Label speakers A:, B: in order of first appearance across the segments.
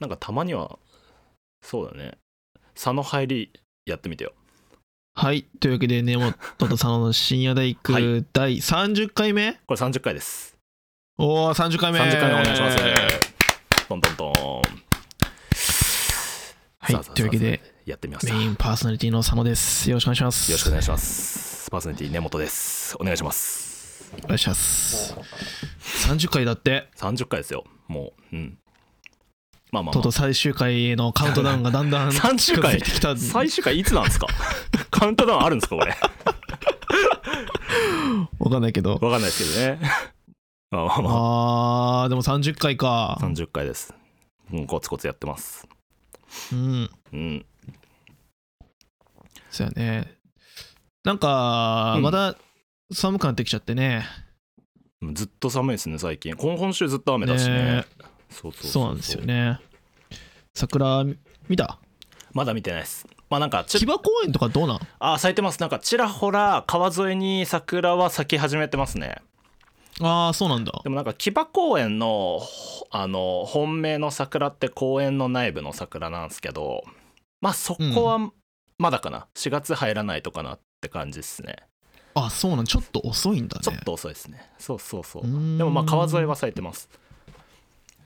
A: なんかたまにはそうだね差の入りやってみてよ
B: はいというわけで根本と佐野の深夜大工、
A: はい
B: 第30回目
A: これ30回です
B: おお30回目
A: 30回目お願いしますトントントン
B: はい
A: さあさあ
B: というわけで
A: やってみまし
B: メ
A: た
B: イ
A: よ
B: ンパーソナリティの佐野ですよろしくお願いします
A: ろしくお願いしますパーソナリティ根本ですお願いします
B: お願いします30回だって
A: 30回ですよもううんまあまあ、
B: とうと
A: ま
B: う最終回へのカウントダウンがだんだん
A: 30回
B: 近づいてきた
A: あ、最終回いつなんですか カウントダウンあるんですかこれ
B: わかんないけど
A: わかんないですけどね まあまあまあ
B: あーでも30回か
A: 30回です。うん、コツコツやってます。
B: うん
A: うん。
B: そうやねなんか
A: うん
B: また寒くなってきちゃってね、
A: ずっと寒いですね、最近。今今週ずっと雨だしね。
B: ね
A: そうそう
B: そうなんですよ。ね桜見た
A: まだ見てないです。まあなんかち
B: 木場公園とかどうなん
A: あ、咲いてます。なんかちらほら川沿いに桜は咲き始めてますね。
B: ああそうなんだ
A: でもなんか木場公園のほあの本命の桜って公園の内部の桜なんですけど、まあそこはまだかな。4月入らないとかなって感じですね。
B: あそうなんちょっと遅いんだね
A: ちょっと遅いですね。そうそうそう。
B: うーん
A: でもまあ川沿いは咲いてます。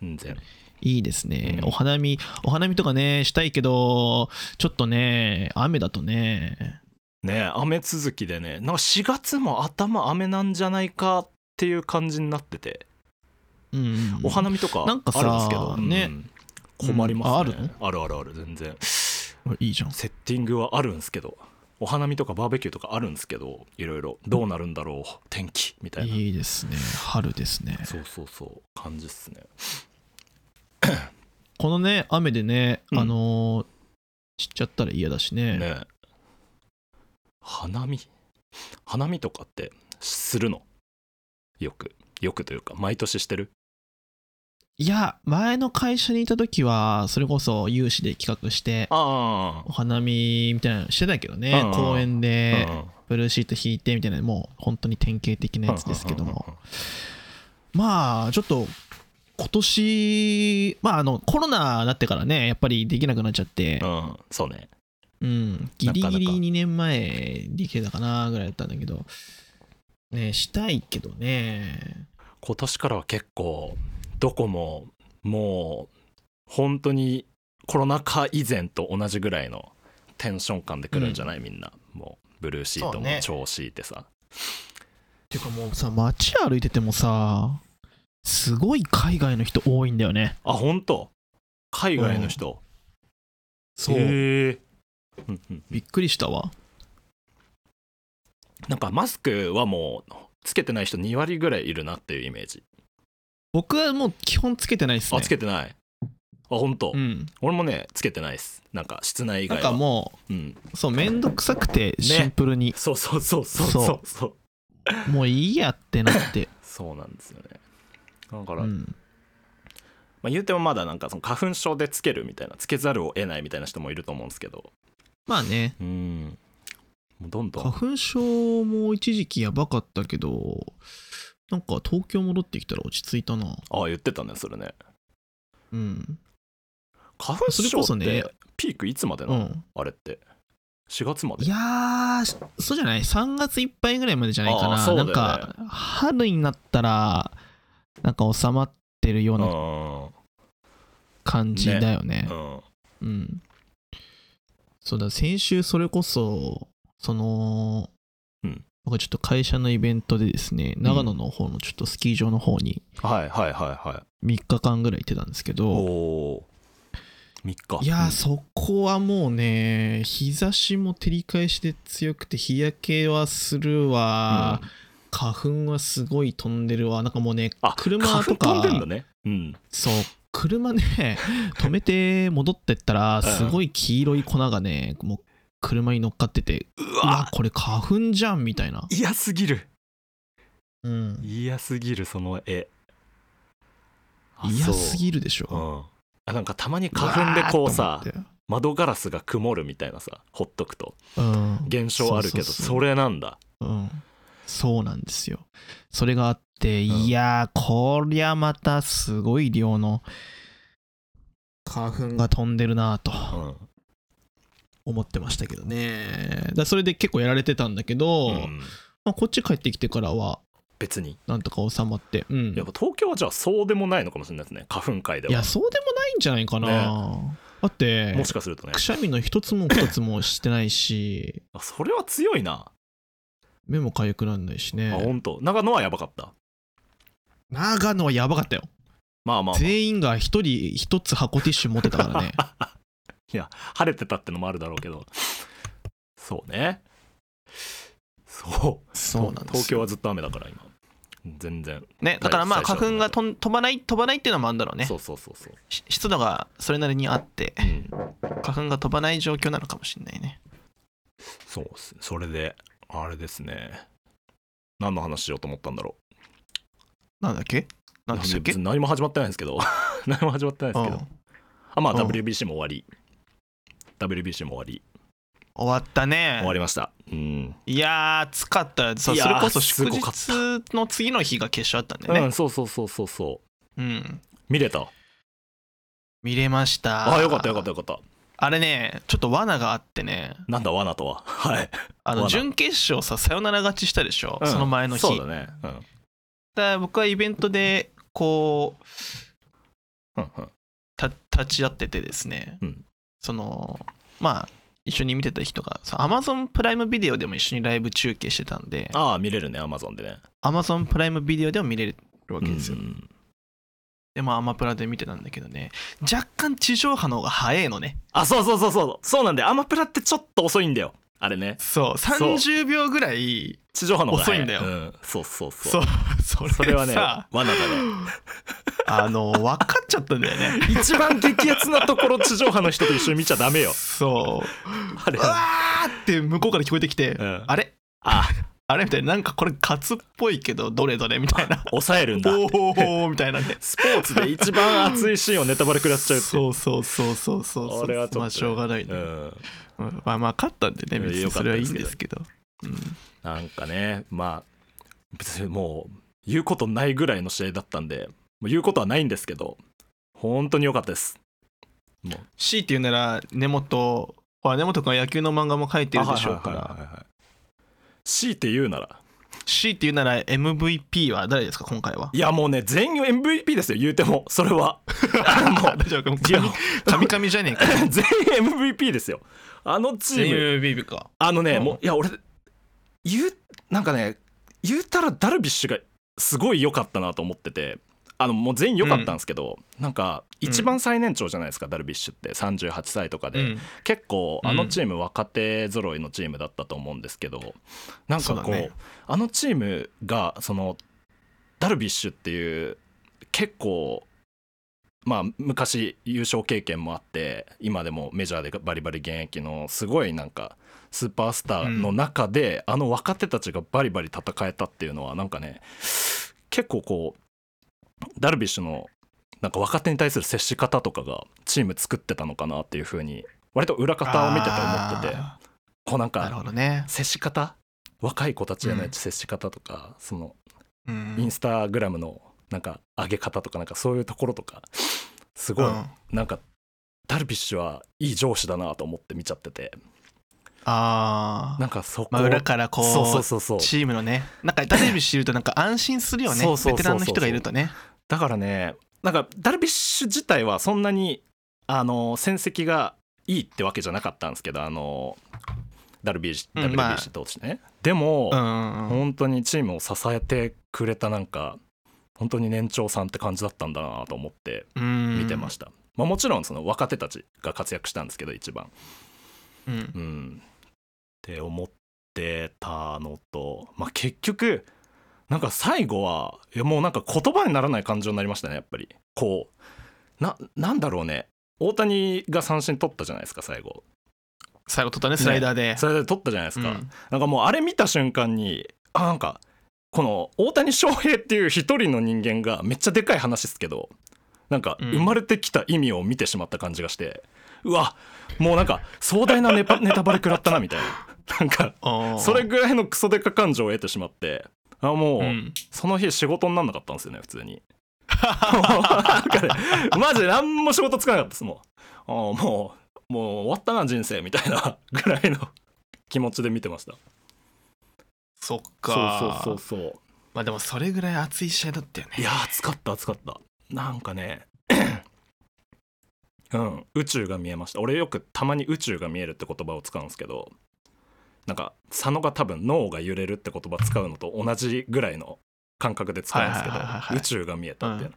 A: 全然。
B: いいですね、
A: うん
B: お花見お花見とかねしたいけどちょっとね雨だとね
A: ね雨続きでねなんか4月も頭雨なんじゃないかっていう感じになってて
B: うん
A: お花見とかあ
B: な
A: るん
B: ん
A: で
B: か
A: す
B: さ
A: けど、
B: ね
A: うん困りますね、
B: うん
A: あるあるある全然
B: いいじゃん
A: セッティングはあるんですけどお花見とかバーベキューとかあるんですけどいろいろどうなるんだろう天気みたいな、
B: いいですね春ですね
A: そうそうそう感じっすね
B: このね雨でね、
A: うん
B: あのー散っちゃったら嫌だしね
A: ね花見花見とかってするのよくよくというか毎年してる
B: いや前の会社にいた時はそれこそ有志で企画して
A: あ
B: お花見みたいなのしてたけどね、
A: うんうん
B: 公園
A: あ、
B: で
A: うん
B: ブルーシート引いてみたいなもう本当に典型的なやつですけども、
A: うんうんうんうん
B: まあちょっと今年まああのコロナになってからねやっぱりできなくなっちゃって、
A: うん、そうね。
B: うん、ギリ
A: なか
B: ギ
A: な
B: リ
A: か
B: 2年前できてたかなぐらいだったんだけどねしたいけどね
A: 今年からは結構、どこも、もう、本当にコロナ禍以前と同じぐらいのテンション感で来るんじゃない、みんな。もう、ブルーシー
B: そ
A: ト
B: う
A: も
B: ね
A: 調子いてさ。
B: ていうかもうさ街歩いててもさすごい海外の人多いんだよね
A: あ、本当海外の人。
B: そう、
A: へえうんうん
B: びっくりしたわ
A: なんかマスクはもう、つけてない人2割ぐらいいるなっていうイメージ。
B: 僕はもう基本つけてないっすね
A: あ、つけてない。あ、本当、
B: うん
A: 俺もね、つけてないっす。なんか、室内以
B: な
A: 外は。
B: んかも
A: うん。
B: うそうめんどくさくてシンプルに、
A: そうそうそうそう
B: そう
A: そうそう。
B: もういいやってなって、
A: そうなんですよねだか
B: う
A: ら、ま
B: ん、
A: あ、言うてもまだなんかその花粉症でつけるみたいなつけざるを得ないみたいな人もいると思うんですけど
B: まあね
A: うんもうどんど
B: 花
A: ん
B: 粉症も一時期やばかったけどなんか東京戻ってきたら落ち着いたな
A: ああ言ってたねそれね
B: うん
A: 花粉
B: それ
A: 症
B: こそ
A: っ
B: ね
A: てピークいつまでな
B: う
A: の、
B: ん
A: あれって4月まで
B: いやーそうじゃない3月いっぱいぐらいまでじゃないか
A: あー
B: な、
A: そうだ
B: な
A: よ
B: ん
A: ね
B: か春になったらなんか収まってるよう
A: うん
B: な感じだよね
A: うん
B: うんそうだ先週それこそその、
A: うん
B: 僕ちょっと会社のイベントでですね長野の方のちょっとスキー場の方に
A: はいはいはいはい
B: 3日間ぐらい行ってたんですけ
A: お
B: ど、
A: お3日
B: いやー、そこはもうね日差しも照り返しで強くて日焼けはするわ、
A: うん
B: 花粉はすごい飛んでるわなんかもうね
A: あ
B: 車と
A: 花粉
B: か
A: 飛んでんだねうん
B: そう車ね止めて戻ってったら
A: ん
B: すごい黄色い粉がねもう車に乗っかってて
A: う
B: うわこれ花粉じゃんみたいな、
A: 嫌すぎる
B: うん、
A: 嫌すぎるその絵あ
B: 嫌す
A: そう
B: ぎるでしょ、
A: うん、あなんかたまに花粉でこうさ
B: わーっと
A: 窓ガラスが曇るみたいなさほっとくと
B: 思ってうん
A: 現象あるけど
B: そ
A: そ
B: うそうそう
A: れなんだ
B: うん、そうなんですよ。それがあって、いやー、こりゃまたすごい量の
C: 花粉が飛んでるなぁと
A: うん
C: 思ってましたけどねだからそれで結構やられてたんだけど、
A: うん
C: まあ、こっち帰ってきてからは
A: 別に
C: なんとか収まって、うん、
A: やっぱ東京はじゃあそうでもないのかもしれないですね花粉界で
C: いや
A: は
C: そうでもないんじゃないかな、だって
A: もしかするとね
C: くしゃみの一つも二つもしてない し
A: あそれは強いな、
C: 目も痒くなんないし
A: あ
C: ね
A: 本当長野はやばかった
C: 長野はやばかったよ
A: まあまあ、まあ、
C: 全員が一人一つ箱ティッシュ持ってたからね
A: いや晴れてたってのもあるだろうけどそうねそう
C: そうなんですよ
A: 東京はずっと雨だから今全然、
B: ね、だからまあ
A: 最
B: 花
A: 初の
B: 粉がとん飛ばない飛ばないっていうのもあるんだろうね
A: そうそうそうそう、
B: し湿度がそれなりにあって
A: うん、
B: 花粉が飛ばない状況なのかもしれないね
A: そうっすそれであれですね何の話しようと思ったんだろ
B: なんだっけ
A: う
B: なんでしたっけ
A: 別に何も始まってないんですけど 何も始まってないですけど
B: うん
A: あまあ
B: うん
A: WBC も終わり WBC も終わり
B: 終わったね
A: 終わりましたうん、
B: いやー暑かったそう
A: いや
B: そ
A: ー
B: れこそ
A: す
B: 祝
A: ごかった
B: 日の次の日が決勝あったんで
A: う
B: ね
A: んそうそうそうそうそう
B: うん、
A: 見れた
B: 見れました
A: ああよかったよかったよかった
B: あれねちょっと罠があってね
A: なんだ罠とははい、
B: あの
A: 罠
B: 準決勝ささよなら勝ちしたでしょ、その前の日
A: そうだねうん
B: だから僕はイベントでこう
A: うんうん
B: た立ち会っててですね、
A: うん
B: そのまあ一緒に見てた人がアマゾンプライムビデオでも一緒にライブ中継してたんで
A: ああ見れるねアマゾンでね
B: アマゾンプライムビデオでも見れるわ
A: う
B: け
A: ん
B: ですよ、でまあアマプラで見てたんだけどね若干地上波の方が早いのね
A: あそうそうそうそうそうなんでアマプラってちょっと遅いんだよあれね
B: そう
A: そう
B: 30秒ぐらい
A: 地上波の方が早
B: 遅いんだよ
A: うん、そうそうそう
B: そうそ
A: それ
B: れ
A: は
B: は
A: ね
B: ね
A: 罠だね
B: あの分かっちゃったんだよね
A: 一番激アツなところ地上波の人と一緒に見ちゃダ メよ
B: そう
A: あれ
B: うわーって向こうから聞こえてきて、
A: うん
B: あれ
A: あ
B: あれみたいななんかこれカツっぽいけどどれどれみたいな
A: 抑えるんだ
B: おーおーみたいなね
A: スポーツで一番熱いシーンをネタバレ食らっちゃうって
B: そうそうそうそうそうそう
A: あれはちょっとね
B: まあしょうがないね、
A: うん
B: うんまあまあ勝ったんでね別
A: いやよか
B: に
A: っ
B: そ
A: た
B: れは
A: で
B: いい
A: す
B: ん
A: けど
B: ですけどうん
A: なんかねまあ別にもう言うことないぐらいの試合だったんでもう言うことはないんですけど本当に良かったですもう
B: 強いて言うなら根本ほら根本君は野球の漫画も描いてるでしょうか
A: あはいはい
B: ら
A: はいはい強いて言うなら
B: 強いて言うなら MVP は誰ですか今回 はい
A: やもうね全員 MVP ですよ言うてもそれは も
B: 大丈夫かもう
A: いや
B: 神神々じゃ ねえか
A: う全員 MVP ですよあのチーム
B: MVP か
A: あのね、
B: うん
A: もういや俺言うなんかね言うたらダルビッシュがすごい良かったなと思っててあのもう全員良かったんですけど、なんか一番最年長じゃないですか、ダルビッシュって38歳とか
B: う
A: で、
B: ん
A: 結構
B: うん
A: あのチーム若手揃いのチームだったと思うんですけど、なんかこ
B: そううだね
A: あのチームがそのダルビッシュっていう結構まあ昔優勝経験もあって今でもメジャーでバリバリ現役のすごいなんかスーパースターの中で、あの若手たちがバリバリ戦えたっていうのはなんかね結構こうダルビッシュのなんか若手に対する接し方とかがチーム作ってたのかなっていうふうに割と裏方を見てて思ってて
B: あ
A: こうなん
B: ーなる
A: か
B: ほどね
A: 接し方若い子たちへの
B: うん
A: 接し方とか、その
B: う
A: イン
B: ん
A: スタグラムのなんか上げ方とかなんかそういうところとかすごい
B: うん
A: なんかダルビッシュはいい上司だなと思って見ちゃってて
B: あー
A: なんかそこ、
B: まあ裏からこう
A: そうそうそうそう
B: チームのねなんかダルビッシュいるとなんか安心するよね
A: そうそうそうそう
B: ベテランの人がいるとね
A: だからねなんかダルビッシュ自体はそんなにあの戦績がいいってわけじゃなかったんですけどあのダルビッシュ
B: うんまあ
A: WBC としてね、でも、
B: うんうんうん
A: 本当にチームを支えてくれたなんか本当に年長さんって感じだったんだなと思って見てました、まあ、もちろんその若手たちが活躍したんですけど一番
B: た、うん
A: うんって思ってたのと、まあ、結局なんか最後はいやもうなんか言葉にならない感情になりましたねやっぱりこうななんだろうね大谷が三振取ったじゃないですか最後
B: 最後取ったねスライダーで、
A: それで取ったじゃないですか、
B: うん
A: なんかもうあれ見た瞬間にあなんかこの大谷翔平っていう一人の人間がめっちゃでかい話ですけどなんか
B: うん
A: 生まれてきた意味を見てしまった感じがして、うわもうなんか壮大なネパ ネタバレ食らったなみたいななんか
B: あー
A: それぐらいのクソデカ感情を得てしまってあもう、
B: うん
A: その日仕事になんなかったんですよね普通になんかねマジで何も仕事つかなかったですもうあーもうもう終わったな人生みたいなぐらいの気持ちで見てました
B: そっか
A: そうそうそうそう
B: まあでもそれぐらい熱い試合だったよね
A: いやー暑かった暑かったなんかね うん宇宙が見えました俺よくたまに宇宙が見えるって言葉を使うんですけどなんか佐野が多分脳が揺れるって言葉使うのと同じぐらいの感覚で使うんですけど
B: はいはいはいはい
A: 宇宙が見えたっていうの、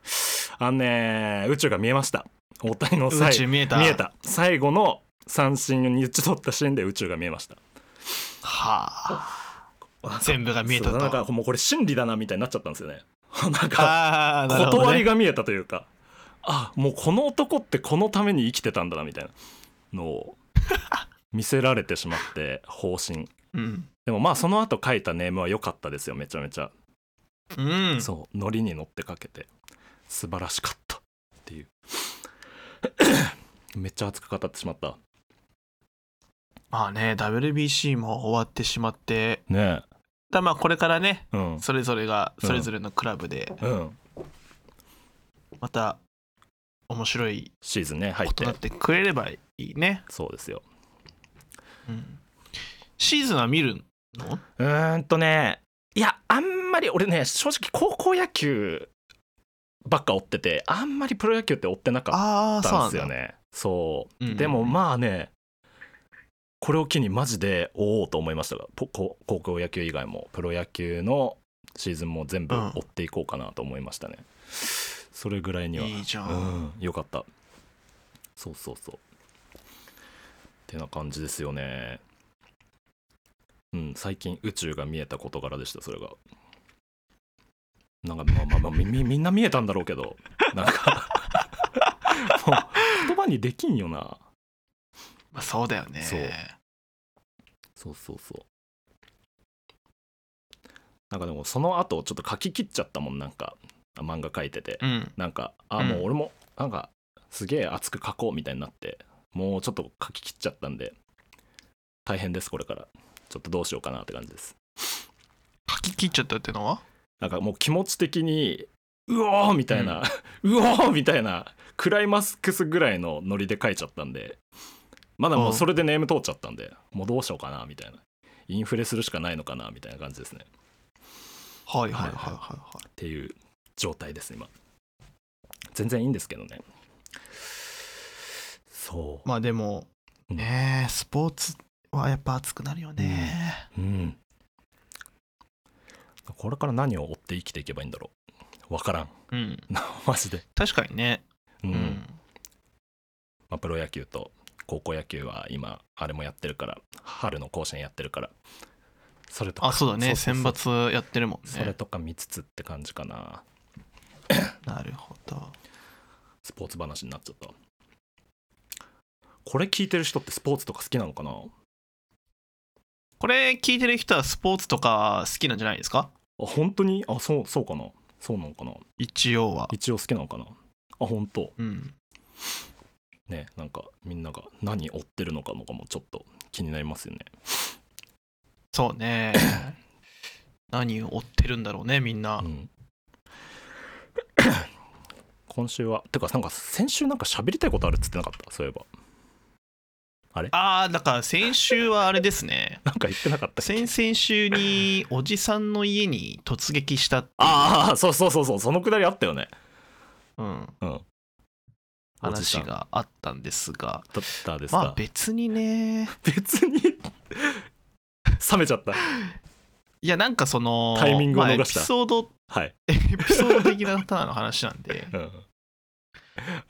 A: あのね宇宙が見えました大谷の
B: 宇
A: 最
B: 宙見えた
A: 見えた最後の三振に打ち取ったシーンで宇宙が見えました
B: はあ全部が見えた
A: そう
B: と
A: なんかもうこれ真理だなみたいになっちゃったんですよね なんか
B: ああなるほど、ね、
A: 断りが見えたというか、あもうこの男ってこのために生きてたんだなみたいなのを見せられてしまって方針
B: うん、
A: でもまあその後書いたネームは良かったですよめちゃめちゃ、
B: うん、
A: そうノリに乗ってかけて素晴らしかったっていうめっちゃ熱く語ってしまった
B: まあね WBC も終わってしまって
A: ね
B: だまあこれからね
A: えうん
B: それぞれがそれぞれのクラブで
A: うん
B: また面白い
A: シーズンね入
B: こ
A: っ
B: と
A: て
B: になってくれればいいね、
A: そうですよ
B: うん、シーズンは見るの
A: うーんとねいやあんまり俺ね正直高校野球ばっか追っててあんまりプロ野球って追ってなかっ
B: ああそう
A: た
B: なんん
A: ですよ
B: だ
A: ねそう、
B: うんうんうん
A: でもまあねこれを機にマジで追おうと思いましたがポこ高校野球以外もプロ野球のシーズンも全部
B: うん
A: 追っていこうかなと思いましたね、それぐらいにはい
B: いじゃん
A: うん、よかったそうそうそうってな感じですよねうん最近宇宙が見えた事柄でしたそれがなんかまあまあ、まあ、みみみんな見えたんだろうけどなんかもう言葉にできんよな
B: まあ、そうだよね
A: そうそうそうそうなんかでもその後ちょっと書き切っちゃったもんなんか漫画書いてて
B: うん
A: なんかあ
B: うん
A: もう俺もなんかすげえ熱く書こうみたいになってもうちょっと書き切っちゃったんで大変ですこれからちょっとどうしようかなって感じです
B: 書き切っちゃったってのは
A: なんかもう気持ち的にうおーみたいな、うおーみたいなクライマックスぐらいのノリで書いちゃったんでまだもうそれでネーム通っちゃったんでもうどうしようかなみたいなインフレするしかないのかなみたいな感じですね
B: はい
A: は
B: は
A: はい
B: いいはい
A: は
B: はいい
A: は
B: は
A: っていう状態です今全然いいんですけどねそ
B: いまあでも
A: うん
B: ねえスポーツはやっぱ熱くなるよね、
A: ううんこれから何を追って生きていけばいいんだろうわからん
B: うん、
A: マジで
B: 確かにね、
A: うん、
B: うん
A: まあ、プロ野球と高校野球は今あれもやってるから春の甲子園やってるからそれとか
B: あそうだ
A: そ
B: ね
A: うそう
B: 選
A: そう
B: 抜やってるもん
A: それ
B: ね
A: とか見つつって感じかな
B: なるほど
A: スポーツ話になっちゃったこれ聞いてる人ってスポーツとか好きなのかな
B: これ聞いてる人はスポーツとか好きなんじゃないですか
A: あ本当にあそうそうかなそうなのかな
B: 一応は
A: 一応好きなのかなあ本当
B: うん
A: ねなんかみんなが何追ってるのかもかもちょっと気になりますよね
B: そう ね何を追ってるんだろうねみんな、
A: うん 今週はてかなんか先週なんか喋りたいことあるっつってなかったそういえば
B: ああだから先週はあれですね
A: なんか言ってなかったっけ
B: 先々週におじさんの家に突撃したって
A: ああそうそうそうそうそのくだりあったよね
B: うん
A: うんおじさ
B: 話
A: んだ
B: があったんですが
A: ったですか、
B: まあ別にね
A: 別 に冷めちゃった
B: いやなんかその
A: タイミングを逃した
B: まあエピソード
A: はい、
B: エピソード的なただの話 なんで
A: うん、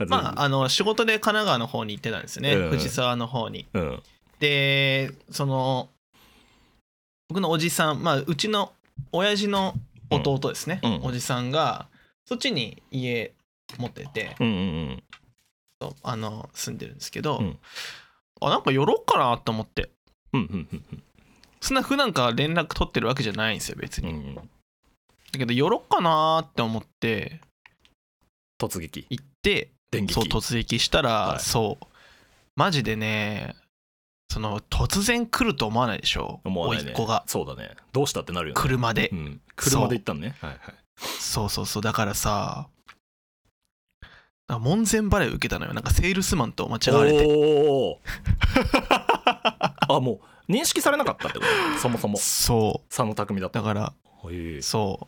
B: まあ、あの仕事で神奈川の方に行ってたんですよね、
A: うん
B: 藤沢の方に。
A: うん
B: で、その、僕のおじさん、まあ、うちの親父の弟ですね、
A: うんうん
B: おじさんが、そっちに家持ってて、
A: うんうん
B: そうあの住んでるんですけど、
A: うん
B: あなんか寄ろうかなと思って、
A: うんうんうんうん
B: そんな普段から連絡取ってるわけじゃないんですよ、別
A: うん
B: に。
A: うん
B: だけど、寄ろうかなって思って、
A: 突撃
B: 行って、
A: 電撃
B: そう突撃したら、
A: はい
B: そうマジでねその突然来ると思わないでしょ
A: 思わない
B: 甥
A: ね
B: っ子が
A: そうだねどうしたってなるよね
B: 車で、
A: うん、車で行ったのねはいはい
B: そうそうそうだからさあ門前払い受けたのよなんかセールスマンと間違われて
A: おおあもう認識されなかったってことそもそも
B: そ
A: 佐野匠だっ
B: う
A: た
B: だ
A: へ
B: から
A: え
B: そう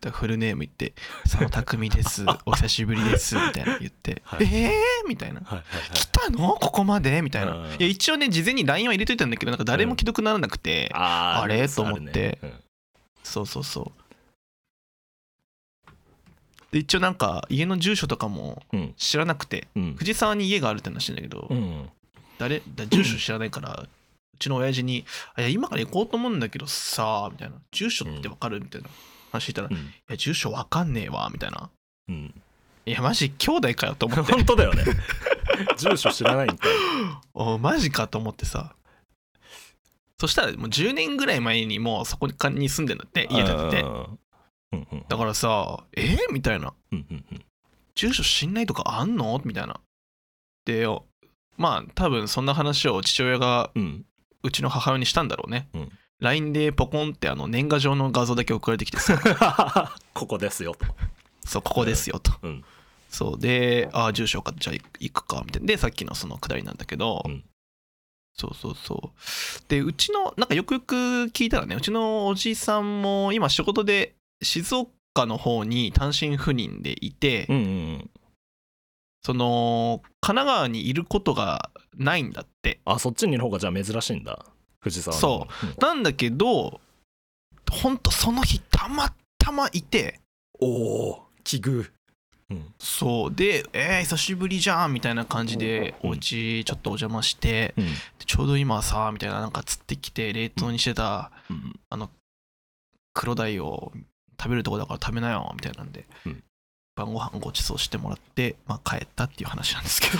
B: だからフルネーム言って「佐野 匠ですお久しぶりです」みたいな言って「
A: はい
B: えー?」みたいな
A: はいはい
B: 「来たのここまで?」みたいな、
A: うん
B: いや一応ね事前に LINE は入れといたんだけどなんか誰も既読にならなくて、
A: あー
B: あれ
A: そう
B: と思って
A: あるね
B: そうそうそうで一応なんか家の住所とかも
A: うん
B: 知らなくて
A: うん
B: 藤沢に家があるって話なんだけど、
A: うん
B: 誰だ住所知らないから、うちの親父に「あいや今から行こうと思うんだけどさ」みたいな「住所ってわかる?」みたいな話したら「い
A: うん
B: や住所わかんねえわ」みたいな
A: うん
B: 「いやマジ兄弟かよ」と思って
A: 本当だよね住所知らないんかい
B: 「おうマジか」と思ってさそしたらもう10年ぐらい前にもうそこに住んでんだって家建てて
A: うんうんうん
B: だからさ「えみたいな
A: うんうんうん
B: 住所知んないとかあんのみたいな。で、まあ多分そんな話を父親が
A: うん
B: うちの母親にしたんだろうね。
A: うん
B: LINE でポコンってあの年賀状の画像だけ送られてきて さ、
A: ここですよと
B: そう、ここですよと。
A: うん
B: そうで、ああ、住所か、じゃあ行くか、みたいな。で、さっきのそのくだりなんだけど、
A: うん
B: そうそうそう。で、うちの、なんかよくよく聞いたらね、うちのおじさんも今仕事で静岡の方に単身赴任でいて、
A: うんうんうん
B: その神奈川にいることがないんだって
A: あそっちにいる方がじゃあ珍しいんだ藤沢の
B: そなんだけどほんとその日たまたまいて
A: うんおお奇遇うん
B: そうで「えー、久しぶりじゃん」みたいな感じで
A: うん
B: お家ちょっとお邪魔して
A: うん
B: でちょうど今さみたいななんか釣ってきて冷凍にしてた
A: うん
B: 黒鯛を食べるとこだから食べなよみたいなんで、
A: うん
B: 晩ご飯ごちそうしてもらって、まあ、帰ったっていう話なんです けど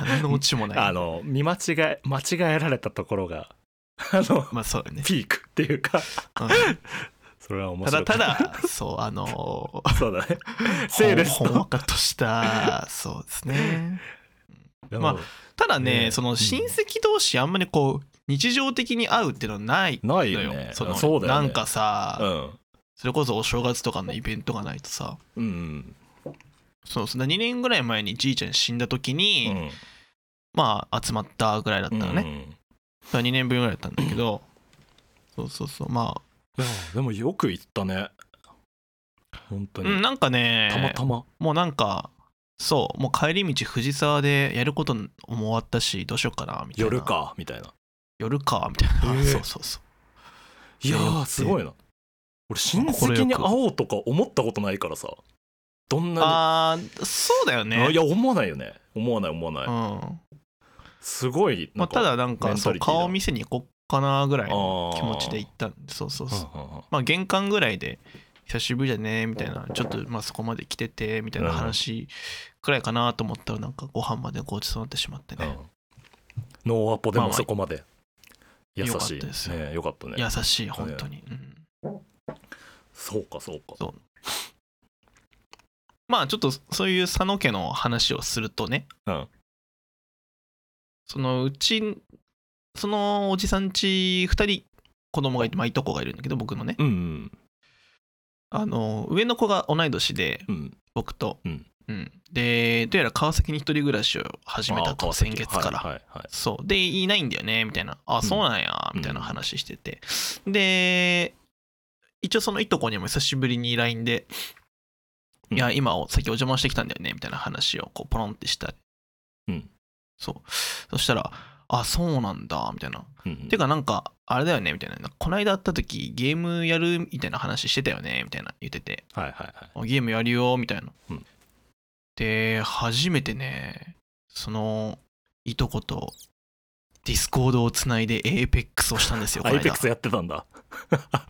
B: 何のオチもない
A: あの見間違え間違えられたところが あの
B: まあそうだね、
A: ピークっていうか
B: うん
A: それは面
B: た
A: 白
B: だ
A: い
B: ただそうあの
A: そうだね セールス
B: ほんほんわ
A: の
B: かとしたそうですね
A: で
B: ま
A: も
B: ただね
A: ねえ
B: その親戚同士あんまりこう日常的に会うっていうのはないの
A: ない
B: よ
A: よね
B: その
A: そうだよね
B: なんかさ、
A: うん
B: それこそお正月とかのイベントがないとさ
A: うん
B: そうそんな2年ぐらい前にじいちゃん死んだ時に、
A: うん
B: まあ集まったぐらいだったのね、
A: うん
B: それは2年分ぐらいだったんだけどそうそうそうま
A: でもでもよく行ったね本当
B: あ、
A: に、
B: うん、なんかね
A: たまたま
B: もうなんかそうもう帰り道藤沢でやることも終わったしどうしようかなみたいな
A: 夜かみたいな
B: 夜かみたいな、
A: えー
B: そうそうそう
A: いや
B: いやよ
A: ー
B: って
A: すごいな俺親戚に会おうとか思ったことないからさどんな
B: あーそうだよ
A: に、
B: ね
A: あいや思わないよね思わない思わない、
B: うん
A: すごい
B: ま
A: な
B: あ、
A: んか、
B: ただなん
A: メ
B: か
A: ンタ
B: そう
A: リティだ
B: 顔見せに行こっかなぐらいの
A: あー
B: 気持ちで行ったんでそうそうそう、
A: うんうんうん
B: まあ玄関ぐらいで久しぶりだねみたいなちょっとまあそこまで来ててみたいな話くらいかなと思ったらなんかご飯までごちそうになってしまって
A: う
B: ね、
A: んノーアポで
B: まあ
A: も
B: まあ
A: そこまで優
B: よかっ
A: しい、
B: たですよ
A: ねよかったね
B: 優しい本当に、うん、
A: そうかそうか
B: そうまあちょっとそういう佐野家の話をするとね、
A: うん
B: そのうちそのおじさんち2人子供がいてまあいとこがいるんだけど僕のね、
A: うん
B: あの上の子が同い年で
A: うんうん
B: 僕と、
A: うん
B: でどうやら川崎に一人暮らしを始め
A: あ
B: た
A: ー
B: と
A: 川
B: 先
A: 崎
B: 月から、
A: はいはいはい
B: そうでいないんだよねみたいなあそうなんや
A: うん
B: みたいな話してて、で一応そのいとこにも久しぶりに LINE で「
A: うん
B: いや今さっきお邪魔してきたんだよね」みたいな話をこうポロンってした、
A: うん
B: そうそしたら「あそうなんだ」みたいな
A: うんうん
B: てかなんかあれだよねみたいななんかこないだ会った時ゲームやるみたいな話してたよねみたいな言ってて
A: はいはいはい
B: あゲームやるよみたいな、
A: うん
B: で初めてねそのいとことディスコードをつないで APEX をしたんですよこ
A: ア
B: の
A: イペ
B: 間
A: ックスやってたんだ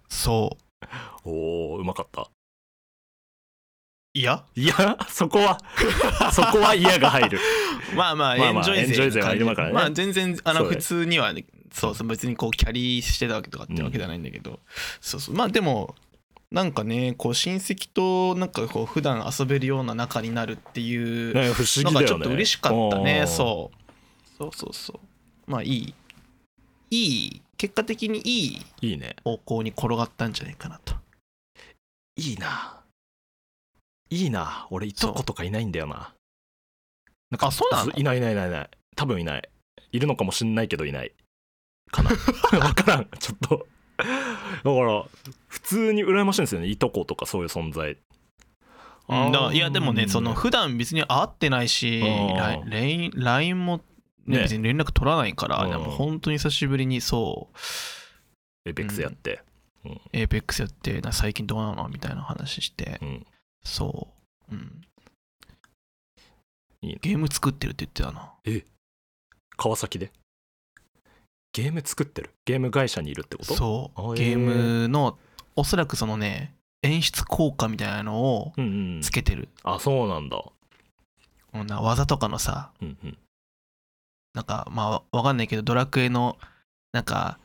B: そう
A: おおうまかった
B: いや
A: いやそこ はそこは嫌が入る
B: まあまあ
A: ま
B: エ
A: あ
B: ン
A: まあ
B: ジョイ勢
A: エンジョイ勢は今からね
B: まあ全然あの
A: そうだ
B: 普
A: よ
B: 通にはねそうそう別にこうキャリーしてたわけとかってわけじゃないんだけど、そうそうまあでもなんかねこう親戚となんかこう普段遊べるような仲になるっていう
A: ね不思議だよ
B: な
A: ね
B: んかちょっと嬉しかったね
A: う
B: そうそうそうそうまあいいいい結果的にいい
A: いいね
B: 方向に転がったんじゃないかなと
A: いいないいな俺いとことかいないんだよななん
B: あそうなの
A: いないいないいないいない多分いないいるのかもしんないけどいないかな 分からんちょっとだから普通に羨ましいんですよねいとことかそういう存在
B: うんだからいやでもね、
A: うん
B: その普段別に会ってないし、
A: うん
B: ライン LINE LINE も、ね
A: ね
B: 別に連絡取らないから、
A: うん
B: でも本当に久しぶりにそう、
A: エイペックスやって、
B: APEX やって、な最近どうなのみたいな話して、
A: うん
B: そう、うん
A: いいね
B: ゲーム作ってるって言ってたな。
A: 川崎でゲーム作ってるゲーム会社にいるってこと
B: そ
A: あへー
B: う、ゲームの、おそらくそのね、演出効果みたいなのを
A: うんうん
B: つけてる。
A: あそうなんだ
B: こんな技とかのさ、
A: うんうん
B: なんかまあわかんないけどドラクエのなんか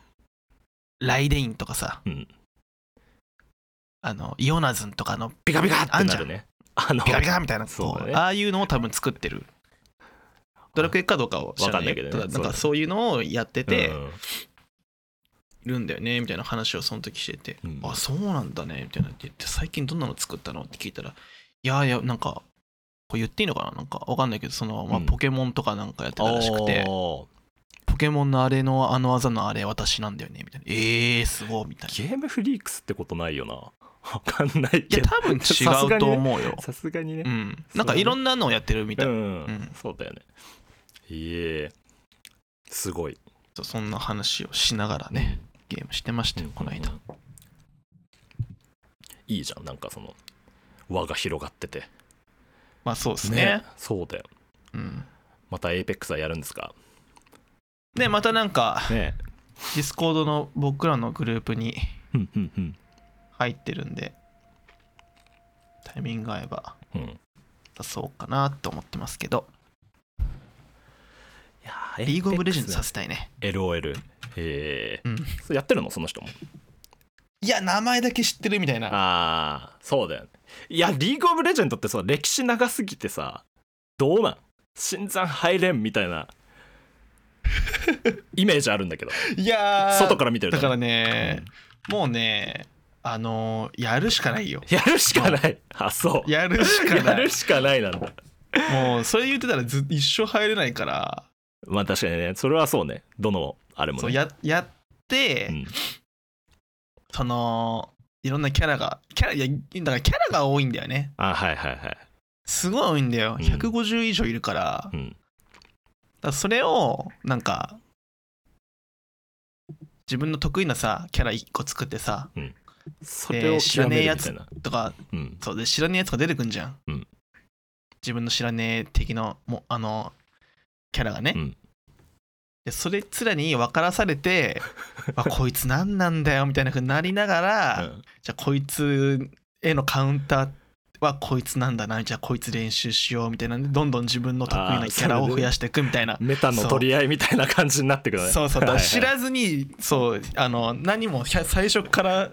B: ライデインとかさ、
A: うん
B: あのイオナズンとかの
A: ビカビカっ
B: あ
A: て
B: んじ
A: な
B: ゃ
A: る
B: ん
A: ねあの
B: ピカピカみたいな
A: そうだね
B: ああいうのを多分作ってるドラクエかどうかを知らないよ
A: わかんないけどね
B: ただなんかそういうのをやってて
A: うん
B: いるんだよねみたいな話をその時してて、
A: うん
B: あそうなんだねみたいなって言って最近どんなの作ったのって聞いたらいやいやなんかこれ言っていいのかななんかわかんないけどその、まあ、
A: うん
B: ポケモンとかなんかやってたらしくて、
A: あー
B: ポケモンのあれのあの技のあれ私なんだよねみたいなえー、すごいみたいな
A: ゲームフリークスってことないよなわかんない
B: い
A: け
B: や
A: ど
B: 多分
A: さすがにね
B: 違うと思うよ、
A: さすがに
B: う
A: ね
B: んなんかいろんなのをやってるみた
A: う
B: いな、
A: ん、
B: うん
A: そうだよねいえすごい
B: そうそんな話をしながらねゲームしてましたよこの間、
A: いいじゃんなんかその輪が広がってて
B: まあそうですね
A: そうだよ
B: うん
A: またエイペックスはやるんですか
B: でまたなんか
A: ね
B: ディスコードの僕らのグループに
A: えうんうんうん
B: 入ってるんでタイミング合えば
A: うん
B: 出そうかなと思ってますけど
A: いや
B: リーグオブレジェンドさせたいね
A: LOL え
B: うん
A: ーそれやってるのその人も
B: いや名前だけ知ってるみたいな
A: ああそうだよねいやリーグオブレジェンドってさ歴史長すぎてさどうなん新参入れんみたい なイメージあるんだけど
B: いやー
A: 外から見てると
B: だ
A: ね
B: からね、もうねあのーやるしかないよ
A: やるしかないあそう
B: やるしか
A: や
B: ない
A: るしかないなんだ
B: もうそれ言ってたらず一生入れないから
A: まあ確かにねそれはそうねどのあれもね
B: そうややって、
A: うん
B: そのいろんなキャラがキャラいやだからキャラが多いんだよね
A: あはいはいはい
B: すごい多いんだよ
A: うん
B: 150以上いるから,、だか
A: うん
B: らそれをなんか自分の得意なさキャラ1個作ってさ
A: それを
B: 知ら
A: 極
B: ね
A: め
B: え
A: る
B: や
A: み
B: つ
A: たいな
B: とか
A: うん
B: そうで知らねえやつが出てくんじゃん、
A: うん
B: 自分の知らねえ敵のもあのキャラがね、
A: うん
B: でそれつらに分からされ てあこいつ何なんだよみたいな風になりながら、
A: うん
B: じゃあこいつへのカウンターはこいつなんだなじゃあこいつ練習しようみたいなんでどんどん自分の得意なキャラを増やしていくみたいな
A: メタの取り合いみたいな感じになってくるね
B: そうそう
A: はい
B: だか
A: は
B: ら
A: い
B: 知らずにそうあの何もひゃ最初から
A: まあ
B: あ
A: ね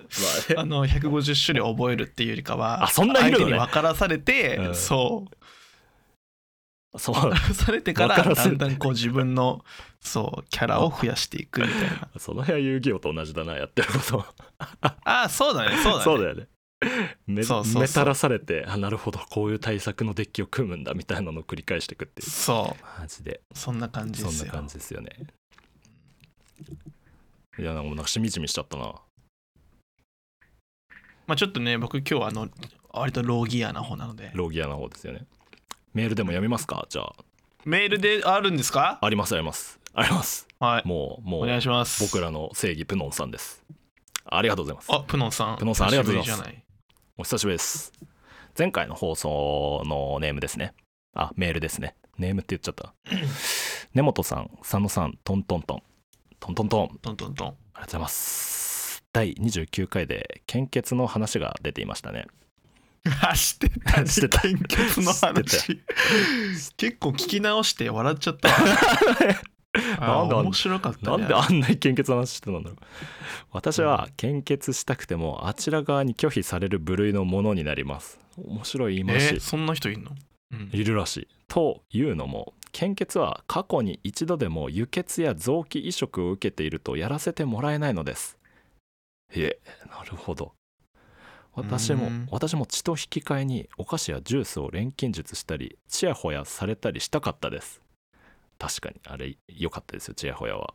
B: の150種類覚えるっていうよりかは
A: あそんないるのね
B: 相手に分からされて、
A: うん
B: そう
A: そう
B: 分からされてか
A: 分
B: ら
A: から
B: だ
A: され
B: ん
A: て
B: だんこう自分のそうキャラを増やしていくみたい な
A: その辺は遊戯王と同じだなやってること
B: ああそうだねそうだね
A: よねめ
B: そうそうそう
A: めたらされてあなるほどこういう対策のデッキを組むんだみたいなのを繰り返していくっていう
B: そ
A: マジで
B: うそんな感じ
A: そ
B: で
A: ん
B: す
A: な
B: よ
A: 感じですよねいやなんかもうなんかしみじみしちゃったな
B: まあちょっとね僕今日はあの割とローギアな方なので
A: ロギアの方ですよねメールでも読みますかじゃあ
B: メールであるんですか
A: ありますありますあります
B: はい
A: もうも
B: お願いうします
A: 僕らの正義プノンさんですありがとうございます
B: あプノンさん
A: プノンさんありがとうございます
B: 久しぶりじゃな
A: お久しぶりです。前回の放送のネームですね。あ、メールですね。ネームって言っちゃった。根本さん、佐野さん、トントントン。トントントン。
B: トントントン
A: ありがとうございます。第29回で献血の話が出ていましたね。
B: あしてた
A: してた
B: 献血の
A: して
B: 話結構聞き直して笑っちゃったわあ
A: なんであん
B: 面白かった
A: な
B: ね
A: んであんなに献血の話してたんだろう。私は献血したくてもあちら側に拒否される部類のものになります。面白い言い
B: え
A: 回し
B: ー。そんな人いんの、うん
A: いるらしい。というのも献血は過去に一度でも輸血や臓器移植を受けているとやらせてもらえないのです。いえなるほど。私
B: う
A: も
B: ん
A: 私も血と引き換えにお菓子やジュースを錬金術したりチヤホヤされたりしたかったです確かにあれ良かったですよチヤホヤは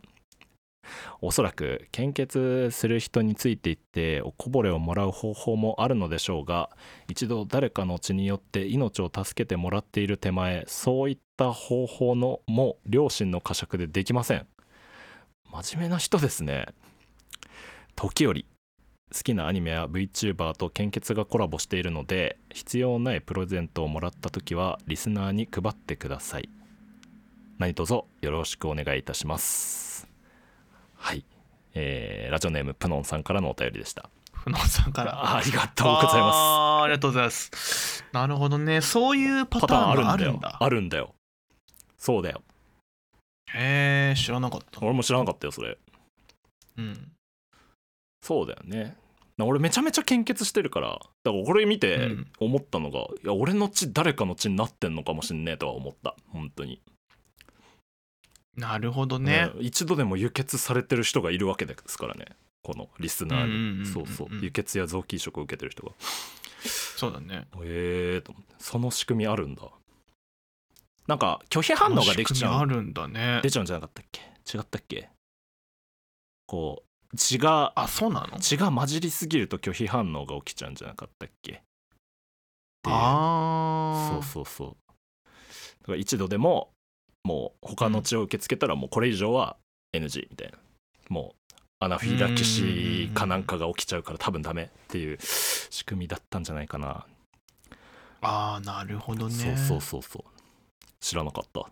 A: おそらく献血する人についていっておこぼれをもらう方法もあるのでしょうが一度誰かの血によって命を助けてもらっている手前そういった方法のも良心の呵責でできません真面目な人ですね時折好きなアニメや VTuber と献血がコラボしているので必要ないプレゼントをもらった時はリスナーに配ってください何卒よろしくお願いいたしますはいえーラジオネームプノンさんからのお便りでした
B: ふのさんから
A: あありがとうございます
B: あーありがとうございますなるほどねそういうパ
A: パ
B: タ
A: ターン
B: ーンが
A: あ
B: あ
A: る
B: る
A: ん
B: ん
A: だよある
B: だ
A: んだよそうだよ
B: へえ知らなかった
A: 俺も知らなかったよそれ
B: うん
A: そうだよねな俺めちゃめちゃ献血してるからだからこれ見て
B: うん
A: 思ったのが、いや俺の血誰かの血になってんのかもしんねえとは思った本当に
B: なるほどね
A: うん一度でも輸血されてる人がいるわけですからねこのリスナーに、
B: うんうんうんうんうん
A: そうそう輸血や臓器移植を受けてる人が
B: そうだね
A: へえー、と思ってその仕組みあるんだなんか拒否反応ができちゃ
B: あ
A: う
B: るんだね
A: 出ちゃうんじゃなかったっけ違ったっけこう血が
B: あそうなの
A: 血が混じりすぎると拒否反応が起きちゃうんじゃなかったっけっていう
B: ああ
A: そうそうそうだから一度でももう他の血を受け付けたらもうこれ以上は NG みたいなもうアナフィラキシーかなんかが起きちゃうから多分ダメっていう仕組みだったんじゃないかな、
B: ああなるほどね
A: そうそうそうそう知らなかった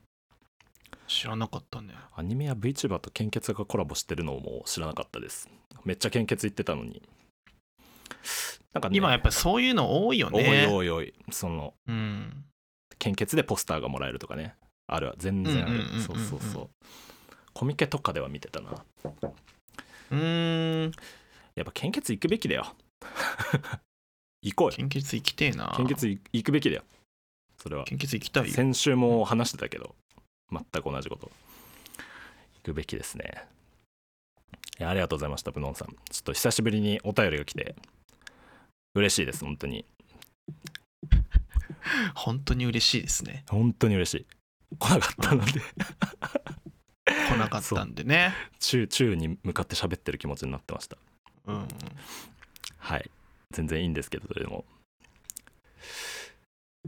B: 知らなかったね
A: アニメや VTuber と献血がコラボしてるのも知らなかったですめっちゃ献血行ってたのになんかね
B: 今やっぱそういうの多いよ
A: おい
B: ね
A: おいおいその
B: うん
A: 献血でポスターがもらえるとかねあるわ全然あ
B: うんうんうんうんう
A: る
B: ん
A: そうそうそうコミケとかでは見てたな
B: うーん
A: やっぱ献血行くべきだよ 行こうよ
B: 献血行きてえな
A: 献血行くべきだよそれは
B: 献血行きたいよ
A: 先週も話してたけど全く同じこと行くべきですねいやありがとうございましたブノンさんちょっと久しぶりにお便りが来て嬉しいです本当に
B: 本当に嬉しいですね
A: 本当に嬉しい来なかったので
B: 来なかったんでね
A: 宙宙に向かって喋ってる気持ちになってました
B: うんうん
A: はい全然いいんですけどでも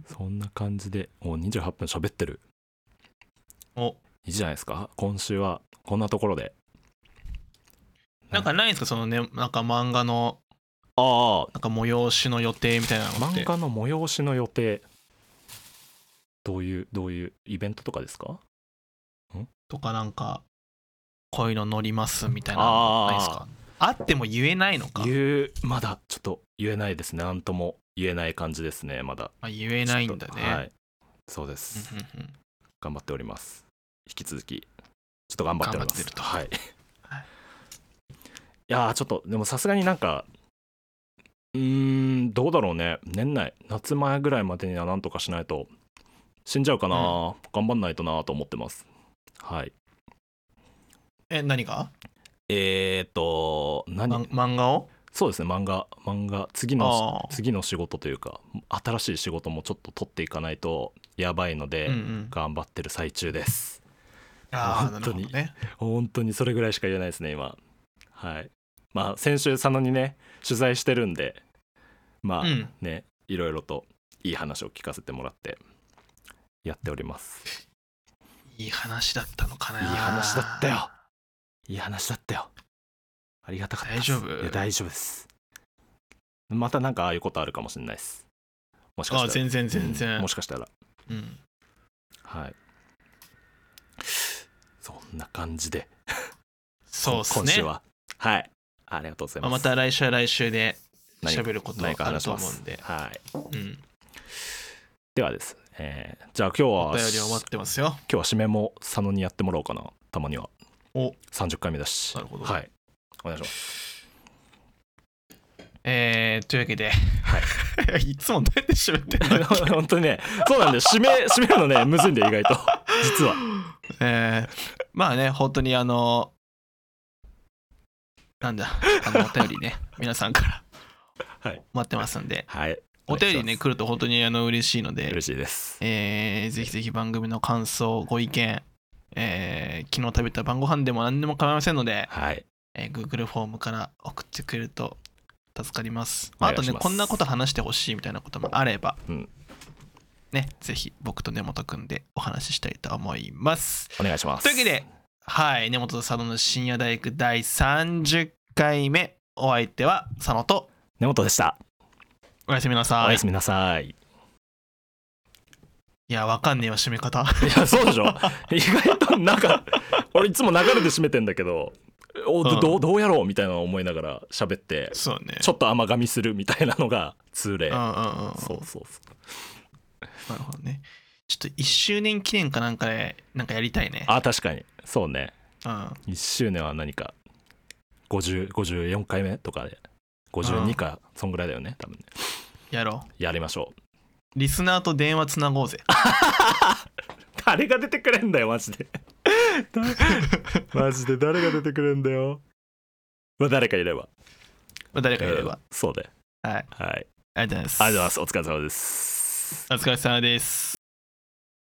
A: そんな感じでもう28分喋ってる
B: お
A: いいじゃないですか今週はこんなところで
B: なんかないんですかそのねなんか漫画の
A: ああ
B: なんか催しの予定みたいなのって
A: 漫画の催しの予定どういうどういうイベントとかですか
B: とかなんかこういうの乗りますみたいなのないですかあっても言えないのか言,、
A: 言うまだちょっと言えないですねなんとも言えない感じですねまだ
B: まあ、言えないんだ
A: ち
B: ね、
A: ょっとはいそうです
B: うんうんうん
A: 頑張っております引き続きちょっと頑張っております
B: 頑張ってると
A: はい、
B: はい
A: い、やーちょっとでもさすがになんかうーんどうだろうね年内夏前ぐらいまでにはなんとかしないと死んじゃうかな、頑張んないとなと思ってますはい
B: え何が
A: えー、っと
B: ま
A: 何
B: 漫画を
A: そうですね漫画漫画次の
B: ああ
A: 次の仕事というか新しい仕事もちょっと取っていかないとやばいので、
B: うんうん
A: 頑張ってる最中です
B: あ
A: 本
B: あなるほ
A: 当
B: ど
A: に
B: ね
A: 本当にそれぐらいしか言えないですね今はいまあ先週佐野にね取材してるんでまあ
B: うん
A: ね、いろいろといい話を聞かせてもらってやっております
B: いい話だったのかない
A: い話だったよいい話だったよありがたかったっす
B: 大丈夫
A: いや大丈夫ですまたなんかああいうことあるかもしれないですもしか
B: ああ
A: したら
B: 全然全
A: う
B: 然
A: んもしかしたら
B: うん
A: はいそんな感じで
B: そうっす
A: 今週
B: ね
A: ははいありがとうござい
B: まあ
A: ます、
B: また来週は来週で
A: 何か
B: 喋ることは
A: 何か
B: ある
A: 話し
B: と
A: ま
B: 思う
A: す
B: んで、
A: はい、
B: うん、
A: ではです、えーじゃあ今日
B: お
A: は
B: 便りは待ってますよ
A: 今日は締めも佐野にやってもらおうかなたまには
B: お
A: 30回目だし
B: なるほど
A: はいお願いします
B: えー、というわけで、、
A: はい
B: つもどうやって締めてん の
A: 本当にねそうなんで締め締めるのねむずいんで意外と実は
B: えー、まあね、本当にあの、なんだ、あの、お便りね、皆さんから
A: はい
B: 待ってますんで、
A: はい
B: お便りね来ると本当にあの嬉しいので
A: 嬉しいです
B: えーぜひぜひ番組の感想、ご意見、えー昨日食べた晩ご飯でも何でも構いませんので、
A: はい
B: えー Google フォームから送ってくれると助かります。
A: お願
B: あ
A: い
B: と
A: し
B: ね、
A: ます
B: こんなこと話してほしいみたいなこともあれば、
A: うん
B: ね、ぜひ僕と根本くんでお話ししたいと思います。
A: お願いします
B: というわけで、はい、根本と佐野の深夜大工第30回目、お相手は佐野と、
A: 根本でした
B: おやすみなさ
A: お
B: い。
A: やすみなさい
B: いや、わかんねえよ、締め方。
A: いやそうでしょ意外となんか俺いつも流れで締めてんだけどおどどうどうやろうみたいなのを思いながら喋って
B: そうね。
A: ちょっと甘噛みするみたいなのが通例
B: うんうんうんうん。
A: そうそうそう
B: なるほどね。ちょっと1周年記念かなんかで、なんかやりたいね。
A: あ確かにそうね
B: うん。
A: 1周年は何か50 54回目とかで52かそんぐらいだよね多分ね
B: やろう。
A: やりましょう
B: リスナーと電話つなご うぜ。
A: 誰が出てくれんだよマジでマジで誰が出てくれんだよまあ誰かいれば
B: まあ誰かいれ
A: うん
B: ば。
A: そうで
B: はい。
A: はい
B: ありがとうございます。
A: ありがとうございますお疲れ様です
B: お疲れ様です。